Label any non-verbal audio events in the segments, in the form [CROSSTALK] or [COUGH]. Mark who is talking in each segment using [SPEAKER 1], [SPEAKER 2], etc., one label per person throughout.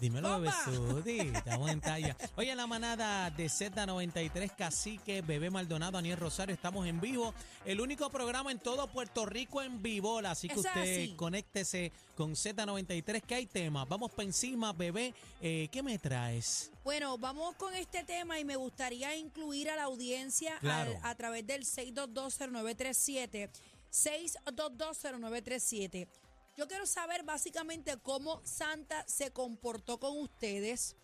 [SPEAKER 1] Dímelo, bebé
[SPEAKER 2] [LAUGHS]
[SPEAKER 1] Sudi, estamos en talla. Oye, la manada de Z93, Cacique, Bebé Maldonado, Aniel Rosario, estamos en vivo. El único programa en todo Puerto Rico en vivo, así que
[SPEAKER 2] Eso es
[SPEAKER 1] usted
[SPEAKER 2] así.
[SPEAKER 1] conéctese con Z93, que hay temas. Vamos para encima, bebé. Eh, ¿Qué me traes?
[SPEAKER 2] Bueno, vamos con este tema y me gustaría incluir a la audiencia
[SPEAKER 1] Claro.
[SPEAKER 2] al- a través del 6220937. 6220937. Yo quiero saber básicamente cómo Santa se comportó con ustedes.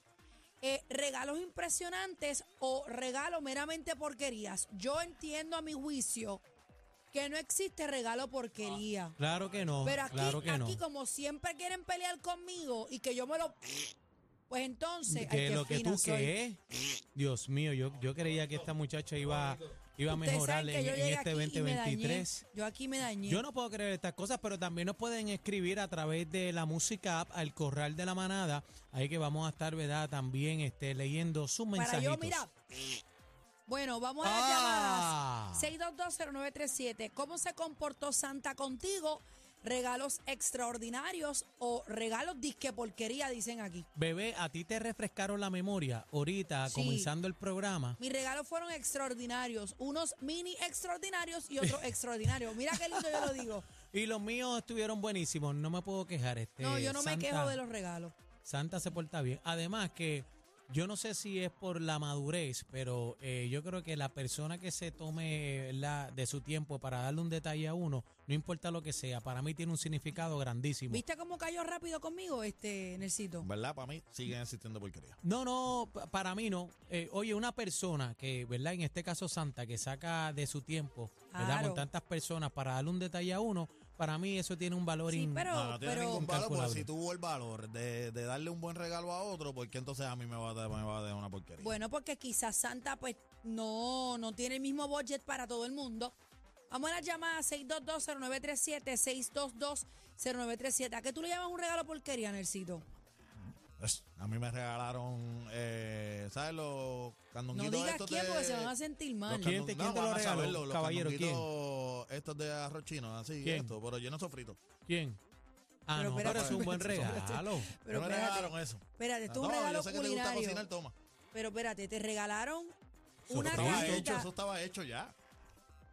[SPEAKER 2] Eh, regalos impresionantes o regalos meramente porquerías. Yo entiendo a mi juicio que no existe regalo porquería.
[SPEAKER 1] Claro que no,
[SPEAKER 2] Pero aquí,
[SPEAKER 1] Oh, claro que no.
[SPEAKER 2] aquí como siempre quieren pelear conmigo y que yo me lo... Pues entonces... ay,
[SPEAKER 1] que
[SPEAKER 2] qué
[SPEAKER 1] lo que
[SPEAKER 2] fina
[SPEAKER 1] tú
[SPEAKER 2] soy.
[SPEAKER 1] que Dios mío, yo, yo creía que esta muchacha iba, iba a
[SPEAKER 2] Ustedes
[SPEAKER 1] mejorar
[SPEAKER 2] saben que
[SPEAKER 1] en,
[SPEAKER 2] yo
[SPEAKER 1] en
[SPEAKER 2] llegué
[SPEAKER 1] este
[SPEAKER 2] aquí y me dañé.
[SPEAKER 1] 2023.
[SPEAKER 2] Yo aquí me dañé.
[SPEAKER 1] Yo no puedo creer estas cosas, pero también nos pueden escribir a través de la música app al corral de la manada. Ahí que vamos a estar, ¿verdad? También este, leyendo sus
[SPEAKER 2] Para
[SPEAKER 1] mensajitos.
[SPEAKER 2] yo, mira. Bueno, vamos a las
[SPEAKER 1] Ah.
[SPEAKER 2] llamadas. 6220937. ¿Cómo se comportó Santa contigo? Regalos extraordinarios o regalos disque porquería, dicen aquí.
[SPEAKER 1] Bebé, a ti te refrescaron la memoria ahorita,
[SPEAKER 2] Sí.
[SPEAKER 1] comenzando el programa.
[SPEAKER 2] Mis regalos fueron extraordinarios. Unos mini extraordinarios y
[SPEAKER 1] [LAUGHS]
[SPEAKER 2] otros extraordinarios. Mira qué lindo yo lo digo.
[SPEAKER 1] Y los míos estuvieron buenísimos, no me puedo quejar. Este,
[SPEAKER 3] Eh,
[SPEAKER 2] No, yo no me
[SPEAKER 1] Santa-
[SPEAKER 2] quejo de los regalos.
[SPEAKER 1] Santa se porta bien. Además que yo no sé si es por la madurez, pero eh, yo creo que la persona que se tome la, de su tiempo para darle un detalle a uno, no importa lo que sea, para mí tiene un significado grandísimo.
[SPEAKER 2] ¿Viste cómo cayó rápido conmigo, este Nercito?
[SPEAKER 3] ¿Verdad? Para mí siguen existiendo porquerías.
[SPEAKER 1] No, no, pa- para mí no. Eh, oye, una persona que, ¿verdad? En este caso Santa, que saca de su tiempo, ¿verdad?
[SPEAKER 2] Claro.
[SPEAKER 1] Con tantas personas para darle un detalle a uno, para mí eso tiene un valor
[SPEAKER 2] Sí,
[SPEAKER 1] in-
[SPEAKER 2] pero-
[SPEAKER 3] No, no tiene
[SPEAKER 2] pero-
[SPEAKER 3] ningún valor, porque
[SPEAKER 1] Incalculable.
[SPEAKER 3] pues, si tuvo el valor de, de darle un buen regalo a otro, ¿por qué entonces a mí me va a dar, me va a dar una porquería?
[SPEAKER 2] Bueno, porque quizás Santa pues no, no tiene el mismo budget para todo el mundo. Vamos a la llamada 622-0937, 622-0937. ¿A qué tú le llamas un regalo porquería, Nercito?
[SPEAKER 3] Es- A mí me regalaron, eh, ¿sabes? Los
[SPEAKER 2] No
[SPEAKER 3] candonguitos
[SPEAKER 2] digas
[SPEAKER 3] estos
[SPEAKER 2] quién
[SPEAKER 3] de-
[SPEAKER 2] porque se van a sentir
[SPEAKER 3] los
[SPEAKER 2] mal.
[SPEAKER 1] ¿Quién
[SPEAKER 3] candon-
[SPEAKER 1] te- quién te
[SPEAKER 3] van
[SPEAKER 1] lo
[SPEAKER 3] a
[SPEAKER 1] regaló,
[SPEAKER 3] saberlo, los
[SPEAKER 1] caballero? ¿Quién?
[SPEAKER 3] candonguitos Estos de arroz chino, así,
[SPEAKER 1] ¿Quién?
[SPEAKER 3] esto, pero yo no sofrito.
[SPEAKER 1] ¿Quién? Ah,
[SPEAKER 2] Pero pues,
[SPEAKER 1] no,
[SPEAKER 2] espérate,
[SPEAKER 1] pero es
[SPEAKER 2] [LAUGHS]
[SPEAKER 1] un buen
[SPEAKER 2] espérate, espérate.
[SPEAKER 1] regalo. Este,
[SPEAKER 2] Pero
[SPEAKER 3] no me
[SPEAKER 2] espérate,
[SPEAKER 3] regalaron eso.
[SPEAKER 2] espérate, esto es un
[SPEAKER 3] Toma,
[SPEAKER 2] regalo
[SPEAKER 3] yo sé que te gusta cocinar,
[SPEAKER 2] culinario.
[SPEAKER 3] toma.
[SPEAKER 2] Pero espérate, te regalaron
[SPEAKER 3] Eso
[SPEAKER 2] una
[SPEAKER 3] estaba hecho,
[SPEAKER 2] cajita.
[SPEAKER 3] eso estaba hecho ya.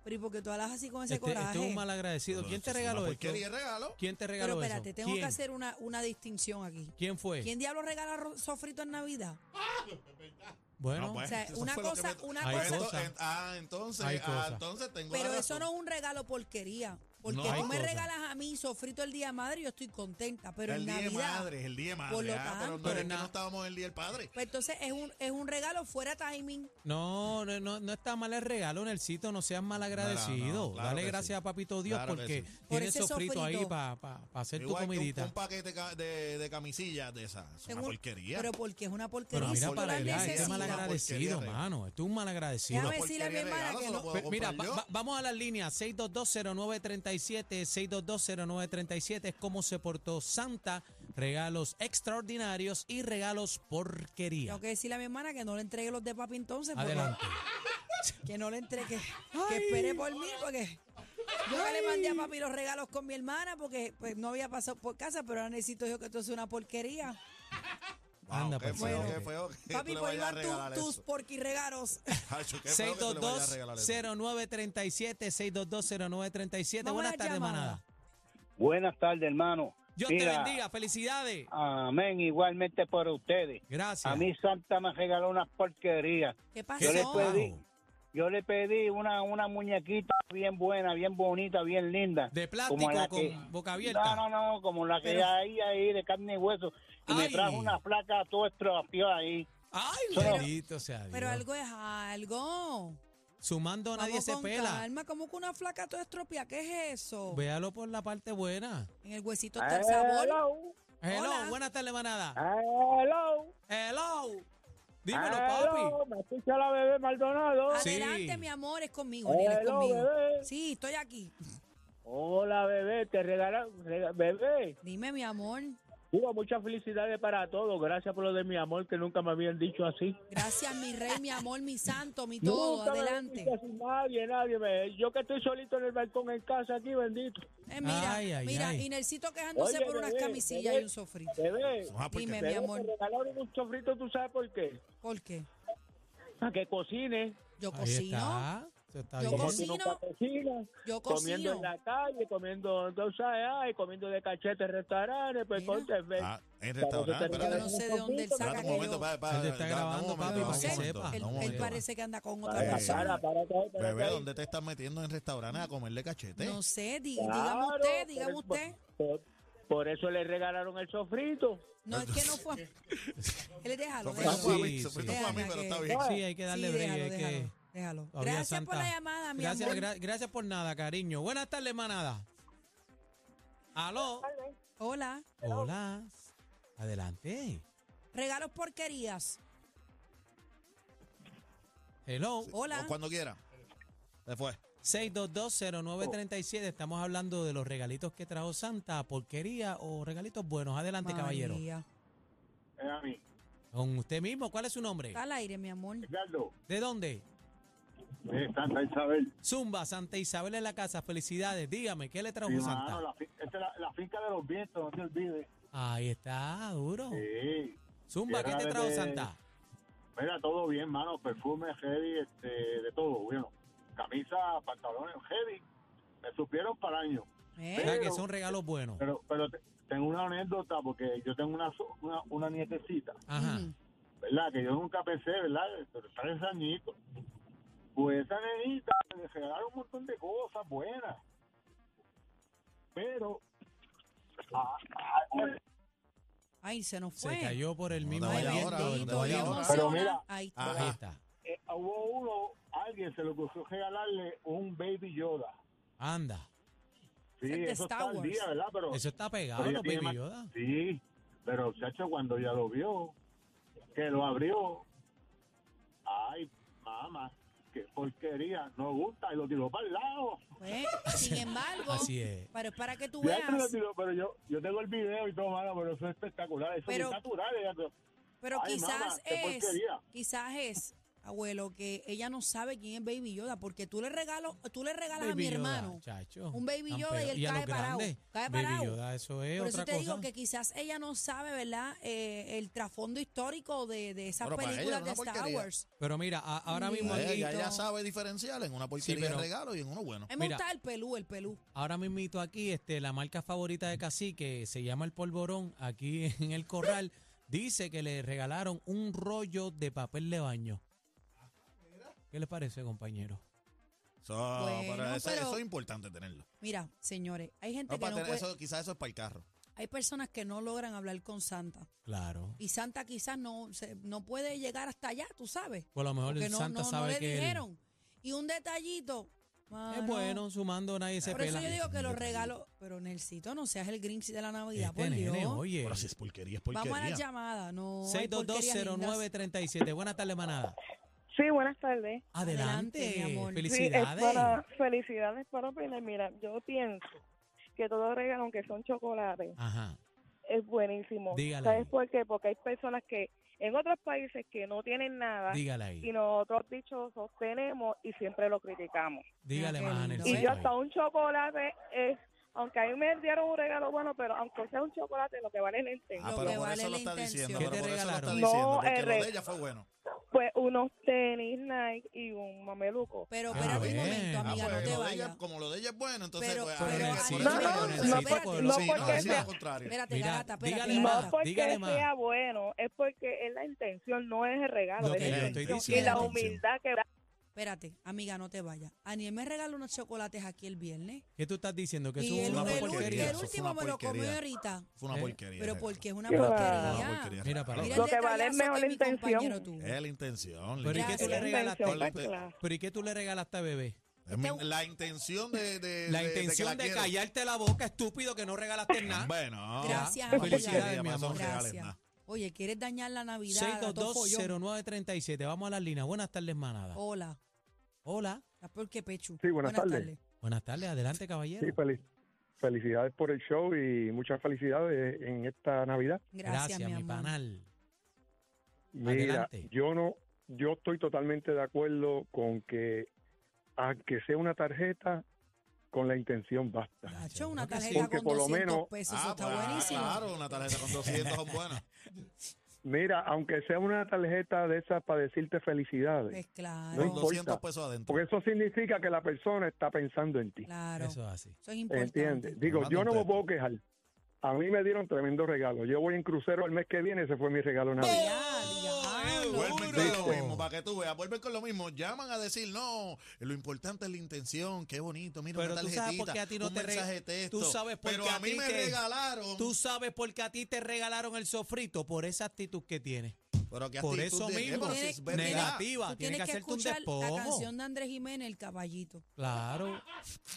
[SPEAKER 2] Pero ¿y por qué tú hablas así con ese
[SPEAKER 1] Este, este
[SPEAKER 2] coraje?
[SPEAKER 1] es un mal agradecido.
[SPEAKER 3] Pero
[SPEAKER 1] ¿Quién
[SPEAKER 3] eso
[SPEAKER 1] te
[SPEAKER 3] es una
[SPEAKER 1] regaló esto?
[SPEAKER 3] Porquería de regalo.
[SPEAKER 1] ¿Quién te
[SPEAKER 2] Pero
[SPEAKER 1] regaló
[SPEAKER 2] espérate,
[SPEAKER 1] eso?
[SPEAKER 2] tengo
[SPEAKER 1] ¿Quién?
[SPEAKER 2] que hacer una, una distinción aquí.
[SPEAKER 1] ¿Quién
[SPEAKER 3] Pues.
[SPEAKER 1] fue?
[SPEAKER 2] ¿Quién diablo regala arroz sofrito en Navidad?
[SPEAKER 1] Bueno,
[SPEAKER 3] No, pues,
[SPEAKER 2] O sea,
[SPEAKER 3] eso
[SPEAKER 2] una
[SPEAKER 3] fue lo que
[SPEAKER 2] cosa-
[SPEAKER 3] me-
[SPEAKER 2] una
[SPEAKER 3] Pues
[SPEAKER 1] cosa-
[SPEAKER 3] ento-
[SPEAKER 1] cosa.
[SPEAKER 3] en- ah, entonces,
[SPEAKER 1] Hay
[SPEAKER 3] ah,
[SPEAKER 1] cosa.
[SPEAKER 3] entonces tengo la
[SPEAKER 2] Pero
[SPEAKER 3] razón.
[SPEAKER 2] eso no es un regalo porquería. Porque
[SPEAKER 3] No,
[SPEAKER 2] tú
[SPEAKER 3] hay
[SPEAKER 2] me
[SPEAKER 1] cosa.
[SPEAKER 2] regalas a mí sofrito el día de madre y yo estoy contenta. Pero
[SPEAKER 3] el
[SPEAKER 2] en
[SPEAKER 3] día de
[SPEAKER 2] Navidad.
[SPEAKER 3] madre, el día de madre.
[SPEAKER 2] Por lo
[SPEAKER 3] ah, pero no,
[SPEAKER 2] tanto-
[SPEAKER 3] es que
[SPEAKER 1] Pero na-
[SPEAKER 3] no estábamos en el día del padre.
[SPEAKER 2] Pues entonces es un, es un regalo fuera timing.
[SPEAKER 1] No, no, no, no está mal el regalo en el sitio, no seas mal agradecido.
[SPEAKER 3] No, no, claro
[SPEAKER 1] Dale
[SPEAKER 3] que
[SPEAKER 1] gracias
[SPEAKER 3] sí.
[SPEAKER 1] a papito Dios
[SPEAKER 3] Claro que
[SPEAKER 1] porque
[SPEAKER 3] sí.
[SPEAKER 2] Por
[SPEAKER 1] tienes
[SPEAKER 2] ese
[SPEAKER 1] sofrito, ahí
[SPEAKER 2] sofrito.
[SPEAKER 1] para hacer tu
[SPEAKER 3] Igual que un-
[SPEAKER 1] comidita.
[SPEAKER 3] un, paquete ca- de, de camisillas de esas. Es una
[SPEAKER 2] Tengo un-
[SPEAKER 3] porquería.
[SPEAKER 2] Pero porque es una porquería.
[SPEAKER 1] Pero
[SPEAKER 3] Pero
[SPEAKER 1] mira
[SPEAKER 2] si tú
[SPEAKER 1] para
[SPEAKER 2] la
[SPEAKER 1] allá, este es
[SPEAKER 2] necesitas.
[SPEAKER 1] mal agradecido,
[SPEAKER 3] Porquería, regalo.
[SPEAKER 1] mano. Este es un mal agradecido.
[SPEAKER 2] Déjame decirle a mi
[SPEAKER 3] porquería de
[SPEAKER 2] hermana
[SPEAKER 3] regalo
[SPEAKER 2] que
[SPEAKER 3] se
[SPEAKER 2] no-
[SPEAKER 3] lo puedo
[SPEAKER 1] Pe- Mira, va-
[SPEAKER 3] comprar yo.
[SPEAKER 1] va- vamos a las líneas 6220937, 6220937 es cómo se portó Santa, regalos extraordinarios y regalos porquería.
[SPEAKER 2] Tengo que decirle a mi hermana que no le entregue los de papi entonces. porque-
[SPEAKER 1] Adelante.
[SPEAKER 2] Que no le entregue. Que espere por mí porque. Yo que le mandé a papi los regalos con mi hermana porque pues, no había pasado por casa, pero ahora necesito yo que esto es una porquería.
[SPEAKER 3] Wow,
[SPEAKER 1] Anda,
[SPEAKER 3] qué
[SPEAKER 1] pues,
[SPEAKER 3] feo,
[SPEAKER 1] bueno.
[SPEAKER 3] qué feo que
[SPEAKER 2] Papi,
[SPEAKER 3] tú le
[SPEAKER 2] por
[SPEAKER 3] vayas a
[SPEAKER 2] llevar tu-
[SPEAKER 3] regalar
[SPEAKER 2] tus
[SPEAKER 3] eso.
[SPEAKER 2] porquirregalos.
[SPEAKER 3] Hacho, qué feo que tú le vayas a regalar eso.
[SPEAKER 1] 6220937, 6220937.
[SPEAKER 2] Vamos a
[SPEAKER 1] Buenas
[SPEAKER 2] las
[SPEAKER 1] tardes,
[SPEAKER 2] llamadas.
[SPEAKER 1] manada.
[SPEAKER 4] Buenas tardes, hermano.
[SPEAKER 1] Dios te
[SPEAKER 4] Mira.
[SPEAKER 1] bendiga, felicidades.
[SPEAKER 4] Amén, igualmente por ustedes.
[SPEAKER 1] Gracias.
[SPEAKER 4] A mí Santa me regaló unas porquerías.
[SPEAKER 2] ¿Qué
[SPEAKER 4] Yo le
[SPEAKER 2] pasó?
[SPEAKER 4] pedí, yo le pedí una, una muñequita bien buena, bien bonita, bien linda.
[SPEAKER 1] De
[SPEAKER 4] como
[SPEAKER 1] plástico
[SPEAKER 4] la
[SPEAKER 1] con
[SPEAKER 4] que-
[SPEAKER 1] boca abierta.
[SPEAKER 4] No, no, no, como la que
[SPEAKER 1] Pero-
[SPEAKER 4] hay ahí de carne y hueso. Y me
[SPEAKER 1] Ay.
[SPEAKER 4] trajo una placa todo estropeada ahí.
[SPEAKER 1] Ay,
[SPEAKER 4] Pero-
[SPEAKER 1] bendito sea Dios.
[SPEAKER 2] Pero algo es algo.
[SPEAKER 1] Sumando nadie
[SPEAKER 2] Vamos
[SPEAKER 1] se
[SPEAKER 2] con
[SPEAKER 1] pela.
[SPEAKER 2] calma, como que una flaca toda estropia, ¿qué es eso?
[SPEAKER 1] Véalo por la parte buena.
[SPEAKER 2] En el huesito está el sabor.
[SPEAKER 4] Hello,
[SPEAKER 1] Hello,
[SPEAKER 2] Hola.
[SPEAKER 1] buenas tardes,
[SPEAKER 4] Ah.
[SPEAKER 1] manada.
[SPEAKER 4] hello,
[SPEAKER 1] Hello. Dímelo,
[SPEAKER 4] hello,
[SPEAKER 1] papi.
[SPEAKER 4] me escucha la bebé Maldonado.
[SPEAKER 1] Sí.
[SPEAKER 2] Adelante, mi amor, es conmigo, Daniel, es
[SPEAKER 4] Hello,
[SPEAKER 2] conmigo.
[SPEAKER 4] bebé.
[SPEAKER 2] Sí, estoy aquí.
[SPEAKER 4] Hola, bebé, te regalaron, rega- bebé.
[SPEAKER 2] Dime, mi amor.
[SPEAKER 4] Hugo, muchas felicidades para todos. Gracias por lo de mi amor, que nunca me habían dicho así.
[SPEAKER 2] Gracias, mi rey, mi amor, mi santo, mi todo.
[SPEAKER 4] nunca me habían
[SPEAKER 2] Adelante.
[SPEAKER 4] dicho así, nadie, nadie. me- yo que estoy solito en el balcón en casa aquí, bendito.
[SPEAKER 2] Eh, mira,
[SPEAKER 1] Ay, ay,
[SPEAKER 2] mira,
[SPEAKER 1] ay.
[SPEAKER 2] y Nelsito quejándose
[SPEAKER 4] Oye,
[SPEAKER 2] por unas
[SPEAKER 4] bebé,
[SPEAKER 2] camisillas y
[SPEAKER 4] bebé.
[SPEAKER 2] un sofrito.
[SPEAKER 4] Bebé,
[SPEAKER 3] Ah, porque
[SPEAKER 2] Dime, mi
[SPEAKER 4] bebé,
[SPEAKER 2] amor,
[SPEAKER 4] te regalaron un chofrito, ¿tú sabes por qué?
[SPEAKER 2] ¿por qué?
[SPEAKER 4] Para que cocines.
[SPEAKER 2] Yo
[SPEAKER 1] Ahí
[SPEAKER 2] cocino,
[SPEAKER 1] está. Eso está
[SPEAKER 2] Yo
[SPEAKER 1] bien.
[SPEAKER 4] Como tú
[SPEAKER 2] cocino.
[SPEAKER 4] nunca cocinas,
[SPEAKER 2] yo
[SPEAKER 4] comiendo
[SPEAKER 2] cocino.
[SPEAKER 4] en la calle, comiendo, tú sabes, ay, comiendo de cachete en restaurantes, pues,
[SPEAKER 2] Mira.
[SPEAKER 4] entonces, ve.
[SPEAKER 3] Ah, en
[SPEAKER 4] Para
[SPEAKER 3] restaurante,
[SPEAKER 4] que te
[SPEAKER 2] Yo
[SPEAKER 3] espérate.
[SPEAKER 2] no sé de dónde él saca
[SPEAKER 3] Espérate un
[SPEAKER 2] que
[SPEAKER 3] momento,
[SPEAKER 2] yo...
[SPEAKER 3] espérate, espérate,
[SPEAKER 1] Él está
[SPEAKER 3] dame un
[SPEAKER 1] grabando,
[SPEAKER 3] momento,
[SPEAKER 1] papi,
[SPEAKER 3] dame
[SPEAKER 2] para que
[SPEAKER 3] un momento,
[SPEAKER 1] sepa.
[SPEAKER 3] dame
[SPEAKER 2] Él,
[SPEAKER 3] un
[SPEAKER 2] él
[SPEAKER 3] momento.
[SPEAKER 2] parece que anda con otra
[SPEAKER 3] Para,
[SPEAKER 2] persona.
[SPEAKER 3] para,
[SPEAKER 4] para, para, para,
[SPEAKER 3] Bebé,
[SPEAKER 4] para.
[SPEAKER 3] ¿dónde te estás metiendo en restaurantes a comerle cachete?
[SPEAKER 2] No sé, di-
[SPEAKER 4] Claro,
[SPEAKER 2] dígame usted,
[SPEAKER 4] por
[SPEAKER 2] dígame
[SPEAKER 4] eso-
[SPEAKER 2] usted.
[SPEAKER 4] Por, por eso le regalaron el sofrito.
[SPEAKER 2] No, es que no
[SPEAKER 1] [LAUGHS]
[SPEAKER 2] fue... Él déjalo,
[SPEAKER 3] Eso fue
[SPEAKER 2] déjalo.
[SPEAKER 1] Sofrito
[SPEAKER 3] para mí,
[SPEAKER 1] Sí,
[SPEAKER 3] eso fue
[SPEAKER 1] sí.
[SPEAKER 3] para mí, pero
[SPEAKER 2] Deja
[SPEAKER 3] está
[SPEAKER 2] que-
[SPEAKER 3] bien.
[SPEAKER 1] Sí, hay que darle
[SPEAKER 2] Sí,
[SPEAKER 1] break,
[SPEAKER 2] déjalo,
[SPEAKER 1] hay que-
[SPEAKER 2] déjalo, déjalo.
[SPEAKER 1] Todavía
[SPEAKER 2] Gracias por
[SPEAKER 1] Santa.
[SPEAKER 2] la llamada, mi
[SPEAKER 1] gracias,
[SPEAKER 2] amor.
[SPEAKER 1] gra- gracias por nada, cariño. Buenas tardes, manada. Aló.
[SPEAKER 2] Hola.
[SPEAKER 1] Hola. Adelante.
[SPEAKER 2] Regalos porquerías.
[SPEAKER 1] Hello.
[SPEAKER 2] Hola.
[SPEAKER 3] O cuando quiera. Se fue.
[SPEAKER 1] 6220937. Estamos hablando de los regalitos que trajo Santa, porquería o regalitos buenos. Adelante, caballero.
[SPEAKER 2] María.
[SPEAKER 4] A mí,
[SPEAKER 1] Con usted mismo, ¿cuál es su nombre?
[SPEAKER 2] Está al aire, mi amor.
[SPEAKER 4] Ricardo,
[SPEAKER 1] ¿De dónde?
[SPEAKER 4] Santa Isabel.
[SPEAKER 1] Zumba, Santa Isabel en la casa. Felicidades. Dígame, ¿qué le trajo Santa?
[SPEAKER 4] esta es la, finca de los vientos, no se olvide.
[SPEAKER 1] Ahí está, duro.
[SPEAKER 4] Sí.
[SPEAKER 1] Zumba, ¿qué
[SPEAKER 4] Tierra
[SPEAKER 1] te
[SPEAKER 4] de-
[SPEAKER 1] trajo Santa?
[SPEAKER 4] Mira, todo bien, mano. Perfume heavy, este, de todo. Bueno, camisa, pantalones heavy. Me supieron para año.
[SPEAKER 1] O
[SPEAKER 2] ¿Eh?
[SPEAKER 1] sea, que
[SPEAKER 4] pero-
[SPEAKER 1] son regalos buenos.
[SPEAKER 4] Pero, pero te- tengo una anécdota porque yo tengo una, so- una, una nietecita,
[SPEAKER 1] Ajá.
[SPEAKER 2] Ujú.
[SPEAKER 4] ¿verdad? Que yo nunca pensé, ¿verdad? Pero está en añitos. Pues esa nenita le regalaron un montón de cosas buenas. Pero. ah, ah, ah,
[SPEAKER 2] Ay, se nos fue.
[SPEAKER 1] Se cayó por el
[SPEAKER 3] No
[SPEAKER 1] mismo
[SPEAKER 3] te vayas
[SPEAKER 2] Ay,
[SPEAKER 1] viento.
[SPEAKER 3] ahora,
[SPEAKER 1] el
[SPEAKER 3] no te
[SPEAKER 2] bendito,
[SPEAKER 3] vayas
[SPEAKER 2] qué
[SPEAKER 3] ahora.
[SPEAKER 2] emoción.
[SPEAKER 4] Pero mira,
[SPEAKER 2] Ahí está.
[SPEAKER 3] Ajá.
[SPEAKER 1] Ahí está.
[SPEAKER 4] eh, hubo uno, alguien se le ocurrió regalarle un Baby Yoda.
[SPEAKER 1] Anda.
[SPEAKER 4] Sí,
[SPEAKER 2] Es de
[SPEAKER 4] eso
[SPEAKER 2] Star
[SPEAKER 4] está al
[SPEAKER 2] Wars.
[SPEAKER 4] día, ¿verdad? Pero,
[SPEAKER 1] Eso está pegado,
[SPEAKER 4] pero ella
[SPEAKER 1] los
[SPEAKER 4] tiene
[SPEAKER 1] Baby
[SPEAKER 4] más-
[SPEAKER 1] Yoda.
[SPEAKER 4] Sí, pero chacho, cuando ya lo vio, que lo abrió, ay, mamá, qué porquería, no gusta, y lo tiró para el lado.
[SPEAKER 2] Pues, sin embargo,
[SPEAKER 1] Así es.
[SPEAKER 2] pero es para que tú
[SPEAKER 4] Ya se lo
[SPEAKER 2] veas.
[SPEAKER 4] tiró, pero yo, yo tengo el video y todo, mano, pero eso es espectacular, eso
[SPEAKER 2] Pero-
[SPEAKER 4] es natural. ella to-
[SPEAKER 2] Pero
[SPEAKER 4] Ay,
[SPEAKER 2] quizás
[SPEAKER 4] mamá, qué
[SPEAKER 2] es,
[SPEAKER 4] porquería.
[SPEAKER 2] quizás es, abuelo, que ella no sabe quién es Baby Yoda, porque tú le regalo, tú le regalas a
[SPEAKER 1] Baby
[SPEAKER 2] mi
[SPEAKER 1] Yoda,
[SPEAKER 2] hermano.
[SPEAKER 1] chacho,
[SPEAKER 2] un Baby
[SPEAKER 1] tan
[SPEAKER 2] Yoda y
[SPEAKER 1] pegado.
[SPEAKER 2] él
[SPEAKER 1] a
[SPEAKER 2] cae
[SPEAKER 1] los
[SPEAKER 2] parado,
[SPEAKER 1] grandes,
[SPEAKER 2] cae
[SPEAKER 1] Baby
[SPEAKER 2] parado.
[SPEAKER 1] Yoda, eso es
[SPEAKER 2] Por
[SPEAKER 1] otra
[SPEAKER 2] eso te
[SPEAKER 1] cosa.
[SPEAKER 2] digo que quizás ella no sabe, ¿verdad? Eh, el trasfondo histórico de, de esas
[SPEAKER 3] Bueno, para ella
[SPEAKER 2] películas
[SPEAKER 3] era
[SPEAKER 2] de
[SPEAKER 3] una
[SPEAKER 2] Star
[SPEAKER 3] porquería.
[SPEAKER 2] Wars.
[SPEAKER 1] Pero mira, a- ahora mismo
[SPEAKER 3] Ya
[SPEAKER 2] Ay,
[SPEAKER 1] aquí,
[SPEAKER 3] ella,
[SPEAKER 2] Bonito.
[SPEAKER 3] ella sabe diferenciar en una porquería
[SPEAKER 1] pero-
[SPEAKER 3] de regalo y en uno bueno.
[SPEAKER 2] A mí me
[SPEAKER 1] Mira.
[SPEAKER 2] gusta el pelú, el pelú.
[SPEAKER 1] ahora mismito aquí, este, la marca favorita de Cacique se llama el Polvorón, aquí en el corral, dice que le regalaron un rollo de papel de baño. ¿Qué les parece, compañero?
[SPEAKER 3] So,
[SPEAKER 2] Bueno,
[SPEAKER 3] pero eso,
[SPEAKER 2] pero-
[SPEAKER 3] eso es importante tenerlo.
[SPEAKER 2] Mira, señores, hay gente
[SPEAKER 3] No,
[SPEAKER 2] que
[SPEAKER 3] para
[SPEAKER 2] no
[SPEAKER 3] tener-
[SPEAKER 2] puede,
[SPEAKER 3] eso, quizás eso es para el carro.
[SPEAKER 2] hay personas que no logran hablar con Santa.
[SPEAKER 1] Claro.
[SPEAKER 2] Y Santa quizás no, se- no puede llegar hasta allá, tú sabes.
[SPEAKER 1] Por lo mejor
[SPEAKER 2] Porque
[SPEAKER 1] el
[SPEAKER 2] no,
[SPEAKER 1] Santa
[SPEAKER 2] no, no
[SPEAKER 1] sabe
[SPEAKER 2] le
[SPEAKER 1] que él-
[SPEAKER 2] dijeron. Y un detallito.
[SPEAKER 1] es
[SPEAKER 2] mano,
[SPEAKER 1] bueno, sumando nadie se
[SPEAKER 2] Por eso
[SPEAKER 1] pela.
[SPEAKER 2] yo digo que los regalos. Pero Nelsito, no seas el Grinch de la Navidad,
[SPEAKER 1] Este
[SPEAKER 2] por Dios.
[SPEAKER 1] nene, oye.
[SPEAKER 3] Pero si es porquería, es
[SPEAKER 2] Vamos a la
[SPEAKER 3] porquería.
[SPEAKER 2] llamada. No, hay porquerías lindas.
[SPEAKER 1] 6220937. Buenas tardes, manada.
[SPEAKER 5] Sí, buenas tardes.
[SPEAKER 1] Adelante,
[SPEAKER 2] Adelante, mi amor.
[SPEAKER 1] felicidades.
[SPEAKER 5] Sí, es para felicidades para Pilar. Mira, yo pienso que todo regalo, aunque son chocolates,
[SPEAKER 1] Ajá.
[SPEAKER 5] es buenísimo.
[SPEAKER 1] Dígale.
[SPEAKER 5] ¿Sabes por qué? Porque hay personas que en otros países que no tienen nada
[SPEAKER 1] Dígale ahí.
[SPEAKER 5] y nosotros dichosos tenemos y siempre lo criticamos.
[SPEAKER 1] Dígale
[SPEAKER 2] Qué
[SPEAKER 1] más a
[SPEAKER 2] lindo,
[SPEAKER 5] Y
[SPEAKER 2] Sí.
[SPEAKER 5] yo hasta un chocolate es, aunque a mí me dieron un regalo bueno, pero aunque sea un chocolate, lo que vale es el entero.
[SPEAKER 3] Ah,
[SPEAKER 2] Lo
[SPEAKER 3] pero
[SPEAKER 2] que
[SPEAKER 3] por
[SPEAKER 2] vale
[SPEAKER 3] eso lo
[SPEAKER 2] la
[SPEAKER 3] está
[SPEAKER 2] intención.
[SPEAKER 3] diciendo.
[SPEAKER 1] ¿Qué
[SPEAKER 3] Pero
[SPEAKER 1] te
[SPEAKER 3] por eso lo está
[SPEAKER 1] regalaron?
[SPEAKER 3] diciendo.
[SPEAKER 5] No,
[SPEAKER 3] Porque
[SPEAKER 5] el
[SPEAKER 3] lo de
[SPEAKER 5] re-
[SPEAKER 3] ella fue bueno.
[SPEAKER 5] Pues unos tenis Nike y un mameluco.
[SPEAKER 2] Pero
[SPEAKER 1] Ah,
[SPEAKER 2] espérate un
[SPEAKER 1] bien.
[SPEAKER 2] momento,
[SPEAKER 3] Ah,
[SPEAKER 2] amiga,
[SPEAKER 3] pues,
[SPEAKER 2] no te
[SPEAKER 3] lo de ella-
[SPEAKER 2] vayas.
[SPEAKER 3] como lo de ella es bueno, entonces
[SPEAKER 2] Pero-
[SPEAKER 3] pues,
[SPEAKER 2] pero
[SPEAKER 3] ahora
[SPEAKER 2] Alex,
[SPEAKER 3] sí,
[SPEAKER 2] no,
[SPEAKER 3] sí,
[SPEAKER 2] no,
[SPEAKER 3] sí,
[SPEAKER 2] no,
[SPEAKER 3] sí,
[SPEAKER 2] espérate.
[SPEAKER 3] no,
[SPEAKER 2] No,
[SPEAKER 3] sí, no,
[SPEAKER 5] porque-
[SPEAKER 3] decir lo contrario.
[SPEAKER 2] Espérate,
[SPEAKER 1] Mira,
[SPEAKER 2] garata, espérate.
[SPEAKER 1] dígale
[SPEAKER 5] No
[SPEAKER 1] más.
[SPEAKER 2] garata.
[SPEAKER 5] porque
[SPEAKER 1] dígale más.
[SPEAKER 5] sea bueno, es porque es la intención, no es el regalo.
[SPEAKER 1] Lo
[SPEAKER 5] es
[SPEAKER 1] que yo
[SPEAKER 5] la
[SPEAKER 1] estoy
[SPEAKER 5] intención.
[SPEAKER 1] diciendo.
[SPEAKER 5] y la humildad que
[SPEAKER 2] Espérate, amiga, no te vayas. Aniel me regaló unos chocolates aquí el viernes.
[SPEAKER 1] ¿Qué tú estás diciendo? Que eso
[SPEAKER 2] Y
[SPEAKER 1] es
[SPEAKER 2] el,
[SPEAKER 1] una
[SPEAKER 3] una
[SPEAKER 2] el-
[SPEAKER 3] porquería,
[SPEAKER 2] el
[SPEAKER 3] eso fue
[SPEAKER 2] último
[SPEAKER 3] una
[SPEAKER 2] me lo comió
[SPEAKER 3] porquería.
[SPEAKER 2] ahorita.
[SPEAKER 3] Fue una
[SPEAKER 1] ¿Eh?
[SPEAKER 3] porquería.
[SPEAKER 2] Pero
[SPEAKER 3] ese
[SPEAKER 2] porque es una
[SPEAKER 5] Claro.
[SPEAKER 3] regalo. Fue
[SPEAKER 2] porquería.
[SPEAKER 3] una porquería.
[SPEAKER 1] Mira para
[SPEAKER 3] regalo.
[SPEAKER 2] Mira
[SPEAKER 5] Lo
[SPEAKER 2] el
[SPEAKER 5] que vale es
[SPEAKER 2] detallazo
[SPEAKER 5] mejor
[SPEAKER 2] que mi
[SPEAKER 5] intención.
[SPEAKER 2] compañero
[SPEAKER 1] Eh,
[SPEAKER 2] tuvo.
[SPEAKER 3] Es la intención.
[SPEAKER 1] Pero ¿y
[SPEAKER 3] la
[SPEAKER 1] qué tú
[SPEAKER 2] Gracias.
[SPEAKER 1] le
[SPEAKER 2] Gracias.
[SPEAKER 1] regalaste?
[SPEAKER 5] Intención,
[SPEAKER 3] Hola, te-
[SPEAKER 5] claro.
[SPEAKER 1] ¿Pero y qué tú le regalaste a bebé?
[SPEAKER 3] es mi- la intención de... de-
[SPEAKER 1] La
[SPEAKER 3] de- eh, que
[SPEAKER 1] intención de,
[SPEAKER 3] quiero.
[SPEAKER 1] callarte la boca, estúpido, que no regalaste nada.
[SPEAKER 3] Bueno.
[SPEAKER 2] Gracias,
[SPEAKER 3] una
[SPEAKER 2] amiga.
[SPEAKER 3] porquería,
[SPEAKER 1] Mi
[SPEAKER 3] para eso no
[SPEAKER 1] amor.
[SPEAKER 3] regales
[SPEAKER 2] Gracias.
[SPEAKER 3] nada.
[SPEAKER 2] Oye, ¿quieres dañar la Navidad? gato follón?
[SPEAKER 1] 6220937. Vamos a las líneas. Buenas tardes, manada.
[SPEAKER 2] Hola.
[SPEAKER 1] Hola.
[SPEAKER 2] ¿Estás por qué, Pechu?
[SPEAKER 6] Sí, buenas tardes.
[SPEAKER 1] Buenas tardes. Adelante,
[SPEAKER 6] Sí,
[SPEAKER 1] caballero.
[SPEAKER 6] fel- felicidades por el show y muchas felicidades en esta Navidad.
[SPEAKER 2] Gracias, mi,
[SPEAKER 1] mi
[SPEAKER 2] amor.
[SPEAKER 1] panal.
[SPEAKER 6] Mira,
[SPEAKER 1] Adelante.
[SPEAKER 6] yo no, yo estoy totalmente de acuerdo con que, aunque sea una tarjeta, con la intención basta.
[SPEAKER 2] Nacho, una
[SPEAKER 1] Creo que sí.
[SPEAKER 2] tarjeta
[SPEAKER 6] Porque
[SPEAKER 2] con
[SPEAKER 6] por lo
[SPEAKER 2] 200
[SPEAKER 6] menos-
[SPEAKER 2] pesos, eso
[SPEAKER 3] Ah,
[SPEAKER 2] está
[SPEAKER 3] pues, ah,
[SPEAKER 2] buenísimo.
[SPEAKER 3] claro, una tarjeta con 200 son
[SPEAKER 2] [LAUGHS]
[SPEAKER 3] buenas.
[SPEAKER 6] Mira, aunque sea una tarjeta de esas para decirte felicidades,
[SPEAKER 2] Pues claro,
[SPEAKER 6] No
[SPEAKER 3] Con
[SPEAKER 6] importa.
[SPEAKER 3] 200 pesos adentro.
[SPEAKER 6] porque eso significa que la persona está pensando en ti.
[SPEAKER 2] claro.
[SPEAKER 1] Eso es así.
[SPEAKER 2] Eso es importante.
[SPEAKER 6] ¿Entiendes? Digo,
[SPEAKER 3] Hablando
[SPEAKER 6] yo no me
[SPEAKER 3] de-
[SPEAKER 6] puedo quejar. A mí me dieron tremendo regalo. Yo voy en crucero el mes que viene, ese fue mi regalo navideño.
[SPEAKER 3] Vuelven
[SPEAKER 6] Duro.
[SPEAKER 3] con lo mismo, para que tú veas, vuelven con lo mismo, llaman a decir, no, lo importante es la intención, qué bonito, mira
[SPEAKER 1] Pero
[SPEAKER 3] una
[SPEAKER 1] tú
[SPEAKER 3] tarjetita,
[SPEAKER 1] sabes por qué a ti no
[SPEAKER 3] un
[SPEAKER 1] te re-
[SPEAKER 3] mensaje de texto,
[SPEAKER 1] Tú sabes por
[SPEAKER 3] pero
[SPEAKER 1] qué
[SPEAKER 3] a
[SPEAKER 1] a
[SPEAKER 3] mí
[SPEAKER 1] ti
[SPEAKER 3] me
[SPEAKER 1] te-
[SPEAKER 3] regalaron,
[SPEAKER 1] Tú sabes por qué a ti te regalaron el sofrito por esa actitud que tienes.
[SPEAKER 3] pero que
[SPEAKER 1] Por
[SPEAKER 3] actitud
[SPEAKER 1] eso
[SPEAKER 3] de-
[SPEAKER 1] mismo,
[SPEAKER 3] pero si es verdad.
[SPEAKER 1] negativa.
[SPEAKER 2] Tú tienes
[SPEAKER 1] Tienes que
[SPEAKER 2] que
[SPEAKER 1] hacerte un
[SPEAKER 2] escuchar la
[SPEAKER 1] despojo.
[SPEAKER 2] canción de Andrés Jiménez, El Caballito.
[SPEAKER 1] Claro.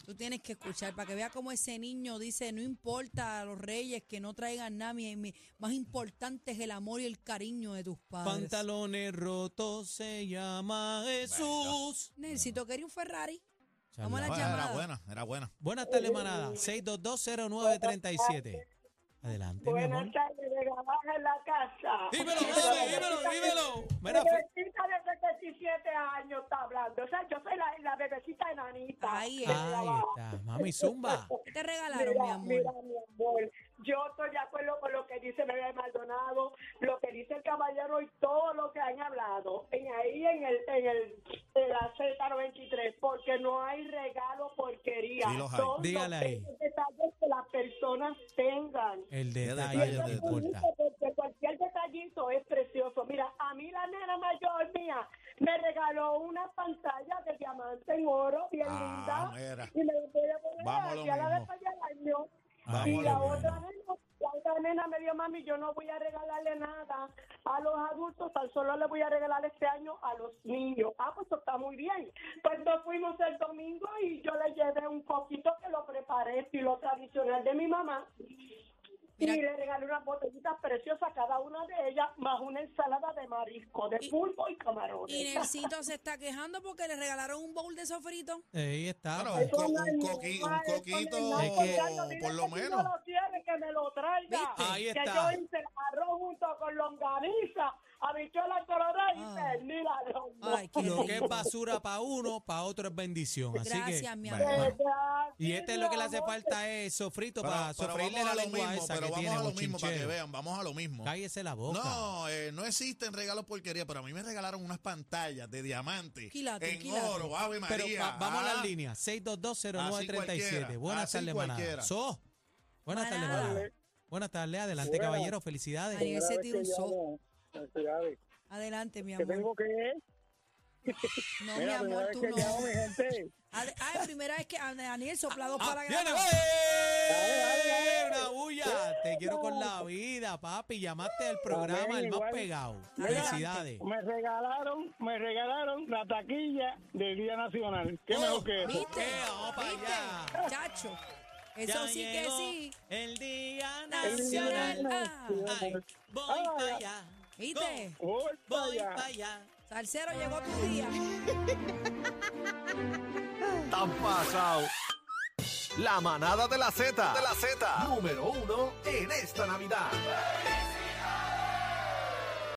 [SPEAKER 2] Tú tienes que escuchar para que veas cómo ese niño dice, no importa a los reyes que no traigan nada, mi- mi- más importante es el amor y el cariño de tus padres.
[SPEAKER 1] Pantalones rotos se llama Jesús.
[SPEAKER 2] Necesito quería un Ferrari.
[SPEAKER 1] Charla.
[SPEAKER 2] Vamos a la-
[SPEAKER 3] Bueno, Ah, era
[SPEAKER 2] llamada.
[SPEAKER 3] buena, era buena.
[SPEAKER 1] Buenas tardes, manada. 6220937. Adelante, mi amor.
[SPEAKER 7] Buenas tardes, regaladas en la casa.
[SPEAKER 1] Dímelo,
[SPEAKER 7] Pero
[SPEAKER 1] mami,
[SPEAKER 7] la
[SPEAKER 1] dímelo,
[SPEAKER 7] bebecita-
[SPEAKER 1] dímelo. Mira, Fe-
[SPEAKER 7] Bebecita de 77 años está hablando. O sea, yo soy la, la bebecita enanita.
[SPEAKER 2] Ahí es.
[SPEAKER 1] Ahí está. Mami Zumba.
[SPEAKER 2] ¿Qué te regalaron,
[SPEAKER 7] mira,
[SPEAKER 2] mi amor?
[SPEAKER 7] mira, mi amor, yo estoy de acuerdo con lo que dice Bebé Maldonado, lo que dice el caballero y todo lo que han hablado en ahí en el en el en la Z93, porque no hay regalo porquería.
[SPEAKER 3] Sí los hay.
[SPEAKER 7] Son
[SPEAKER 1] Dígale ahí.
[SPEAKER 7] pequeños detalles que las personas tengan.
[SPEAKER 1] El
[SPEAKER 7] Y
[SPEAKER 1] detalle
[SPEAKER 3] detalle
[SPEAKER 1] lo
[SPEAKER 7] eso
[SPEAKER 1] que
[SPEAKER 7] es
[SPEAKER 1] importa.
[SPEAKER 7] bonito porque cualquier detallito es precioso. Mira, a mí la nena mayor mía me regaló una pantalla de diamante en oro bien
[SPEAKER 3] Ah,
[SPEAKER 7] linda
[SPEAKER 3] mira.
[SPEAKER 7] y me lo pude poner
[SPEAKER 3] Vamos a lo
[SPEAKER 7] aquí a la
[SPEAKER 3] mismo.
[SPEAKER 7] detalle del año.
[SPEAKER 1] Vamos
[SPEAKER 7] y
[SPEAKER 1] a
[SPEAKER 7] la
[SPEAKER 1] lo
[SPEAKER 7] otra,
[SPEAKER 1] mismo.
[SPEAKER 7] nena, la otra nena me dijo, mami, yo no voy a regalarle nada a los adultos, tan solo le voy a regalar este año a los niños. Ah, pues eso está muy bien. Pues nos fuimos el domingo y yo le llevé un poquito que lo preparé, estilo tradicional de mi mamá.
[SPEAKER 2] Mira-
[SPEAKER 7] Y le regalé unas botellitas preciosas a cada una de ellas, más una ensalada de marisco, de
[SPEAKER 2] Y-
[SPEAKER 7] pulpo y camarones.
[SPEAKER 2] Y Nelsito se está quejando porque le regalaron un bowl de sofrito.
[SPEAKER 1] Ahí está.
[SPEAKER 3] Claro,
[SPEAKER 1] pa.
[SPEAKER 3] un,
[SPEAKER 7] Eso
[SPEAKER 3] co-
[SPEAKER 7] no es
[SPEAKER 3] un coqui- un
[SPEAKER 7] normal, eso no es
[SPEAKER 3] coquito,
[SPEAKER 7] nada,
[SPEAKER 1] Es que-
[SPEAKER 7] Ricardo, dile
[SPEAKER 3] por lo
[SPEAKER 7] que si
[SPEAKER 3] menos.
[SPEAKER 7] no lo quiere, que me lo traiga.
[SPEAKER 2] ¿Viste?
[SPEAKER 1] Ahí
[SPEAKER 7] que
[SPEAKER 1] está.
[SPEAKER 7] yo hice arroz junto con longaniza, habichuela colorada y
[SPEAKER 2] Ah.
[SPEAKER 7] pernil al horno.
[SPEAKER 2] Ay, qué
[SPEAKER 1] pues. Lo que es
[SPEAKER 2] rico.
[SPEAKER 1] basura para uno, para otro es bendición. Así
[SPEAKER 2] Gracias,
[SPEAKER 1] que.
[SPEAKER 2] mi
[SPEAKER 3] Bueno.
[SPEAKER 2] amor.
[SPEAKER 7] Gracias,
[SPEAKER 1] Y este es lo que le hace
[SPEAKER 7] amor.
[SPEAKER 1] falta es sofrito
[SPEAKER 3] Pero,
[SPEAKER 1] para
[SPEAKER 3] pero
[SPEAKER 1] sofreírle
[SPEAKER 3] vamos
[SPEAKER 1] la
[SPEAKER 3] a lo
[SPEAKER 1] lengua
[SPEAKER 3] mismo,
[SPEAKER 1] esa
[SPEAKER 3] pero
[SPEAKER 1] que
[SPEAKER 3] vamos
[SPEAKER 1] tiene
[SPEAKER 3] a lo mismo, para que
[SPEAKER 1] bochinchero.
[SPEAKER 3] vean, vamos a lo mismo.
[SPEAKER 1] Cállese la boca.
[SPEAKER 3] No, eh, no existen regalos porquería, pero a mí me regalaron unas pantallas de diamante
[SPEAKER 2] Quilate,
[SPEAKER 3] en
[SPEAKER 2] quilate.
[SPEAKER 3] oro, Ave
[SPEAKER 1] Pero
[SPEAKER 3] María.
[SPEAKER 1] va- vamos a
[SPEAKER 3] ah.
[SPEAKER 1] las líneas. 6220937.
[SPEAKER 3] cualquiera,
[SPEAKER 1] Buenas
[SPEAKER 3] así
[SPEAKER 1] tardes, manada.
[SPEAKER 3] cualquiera.
[SPEAKER 1] So. Buenas tardes,
[SPEAKER 2] Manada.
[SPEAKER 1] manada. Buenas tardes. Adelante,
[SPEAKER 6] Buenas.
[SPEAKER 1] caballero. Felicidades.
[SPEAKER 2] Ahí se tiró un so.
[SPEAKER 6] Felicidades.
[SPEAKER 2] Adelante, mi
[SPEAKER 6] ¿Qué
[SPEAKER 2] amor.
[SPEAKER 6] tengo que ir?
[SPEAKER 2] No, mi
[SPEAKER 6] Mira, primera
[SPEAKER 2] amor,
[SPEAKER 6] vez
[SPEAKER 2] tú
[SPEAKER 6] que
[SPEAKER 2] no.
[SPEAKER 6] llamo, mi gente.
[SPEAKER 2] Ade- Ah, es primera vez que a Daniel soplado
[SPEAKER 1] Ah,
[SPEAKER 2] para
[SPEAKER 1] ¡Viene!
[SPEAKER 2] grabar.
[SPEAKER 1] ¡Oye! ¡Una bulla! Te quiero con la vida, papi. Llamaste al programa, el más
[SPEAKER 6] igual.
[SPEAKER 1] pegado.
[SPEAKER 2] Mira.
[SPEAKER 1] Felicidades.
[SPEAKER 6] Me regalaron, me regalaron la taquilla del Día Nacional. ¿Qué mejor que eso?
[SPEAKER 2] ¿Viste?
[SPEAKER 1] Eh, vamos para
[SPEAKER 2] ¿Viste?
[SPEAKER 1] allá.
[SPEAKER 2] Chacho. Eso
[SPEAKER 1] Ya
[SPEAKER 2] sí que
[SPEAKER 1] llegó
[SPEAKER 2] sí.
[SPEAKER 1] El Día
[SPEAKER 2] Nacional.
[SPEAKER 1] Nacional.
[SPEAKER 2] Ah,
[SPEAKER 1] Ay, voy
[SPEAKER 6] Ah,
[SPEAKER 1] para
[SPEAKER 6] ya.
[SPEAKER 1] allá.
[SPEAKER 2] ¿Viste?
[SPEAKER 1] Go.
[SPEAKER 6] Voy para
[SPEAKER 1] Voy
[SPEAKER 6] allá.
[SPEAKER 1] para allá.
[SPEAKER 2] Salsero, llegó tu día.
[SPEAKER 8] Tan pasado. La manada de la Z. De la Z. Número uno en esta Navidad.